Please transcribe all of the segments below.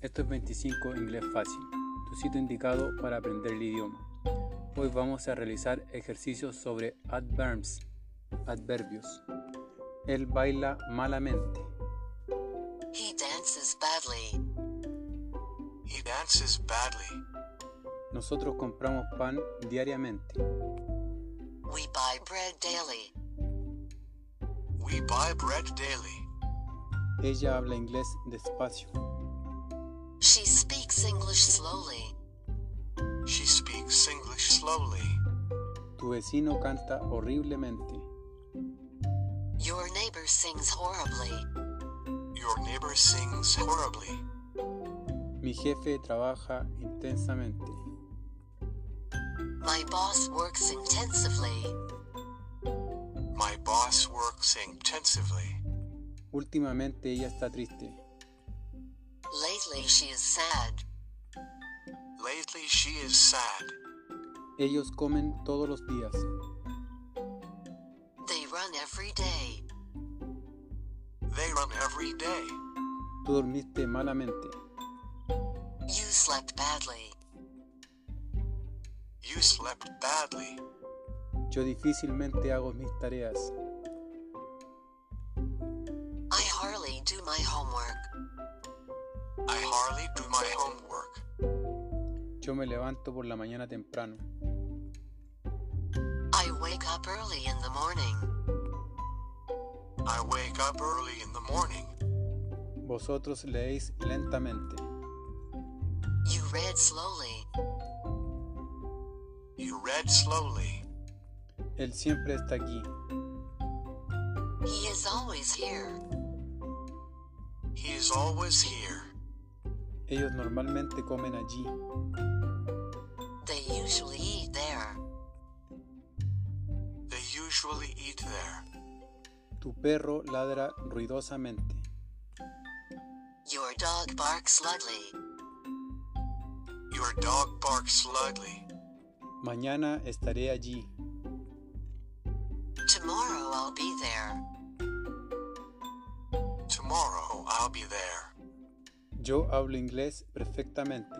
Esto es 25 Inglés Fácil, tu sitio indicado para aprender el idioma. Hoy vamos a realizar ejercicios sobre adverbs, adverbios. Él baila malamente. He dances badly. He dances badly. Nosotros compramos pan diariamente. We buy bread daily. We buy bread daily. Ella habla inglés despacio. She speaks English slowly. She speaks English slowly. Tu vecino canta horriblemente. Your neighbor sings horribly. Your neighbor sings horribly. Mi jefe trabaja intensamente. My boss works intensively. My boss works intensively. Últimamente ella está triste. Lately she is sad. Lately she is sad. Ellos comen todos los días. They run every day. They run every day. Tú dormiste malamente. You slept badly. You slept badly. Yo difícilmente hago mis tareas. I hardly do my homework. I hardly do my homework. Yo me levanto por la mañana temprano. I wake up early in the morning. I wake up early in the morning. Vosotros leéis lentamente. You read slowly. You read slowly. Él siempre está aquí. He is always here. He is always here. Ellos normalmente comen allí. They usually eat there. They usually eat there. Tu perro ladra ruidosamente. Your dog barks loudly. Your dog barks loudly. Mañana estaré allí. Tomorrow I'll be there. Tomorrow I'll be there. Yo hablo inglés perfectamente.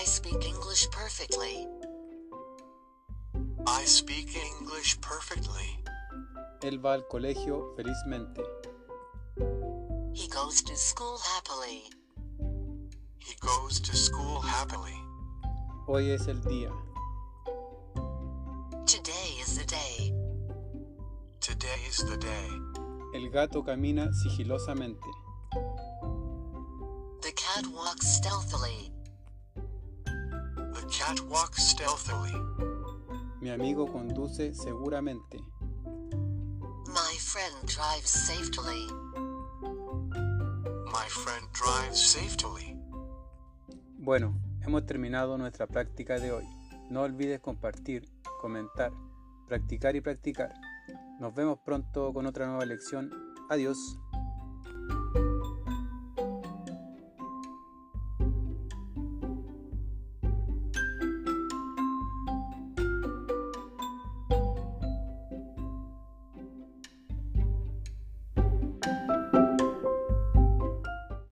I speak English perfectly. I speak English perfectly. Él va al colegio felizmente. He goes to school happily. He goes to school happily. Hoy es el día. Today is the day. Today is the day. El gato camina sigilosamente. The cat walks stealthily. The cat walks stealthily. Mi amigo conduce seguramente. My friend drives safely. My friend drives safely. Bueno, hemos terminado nuestra práctica de hoy. No olvides compartir, comentar, practicar y practicar. Nos vemos pronto con otra nueva lección. Adiós.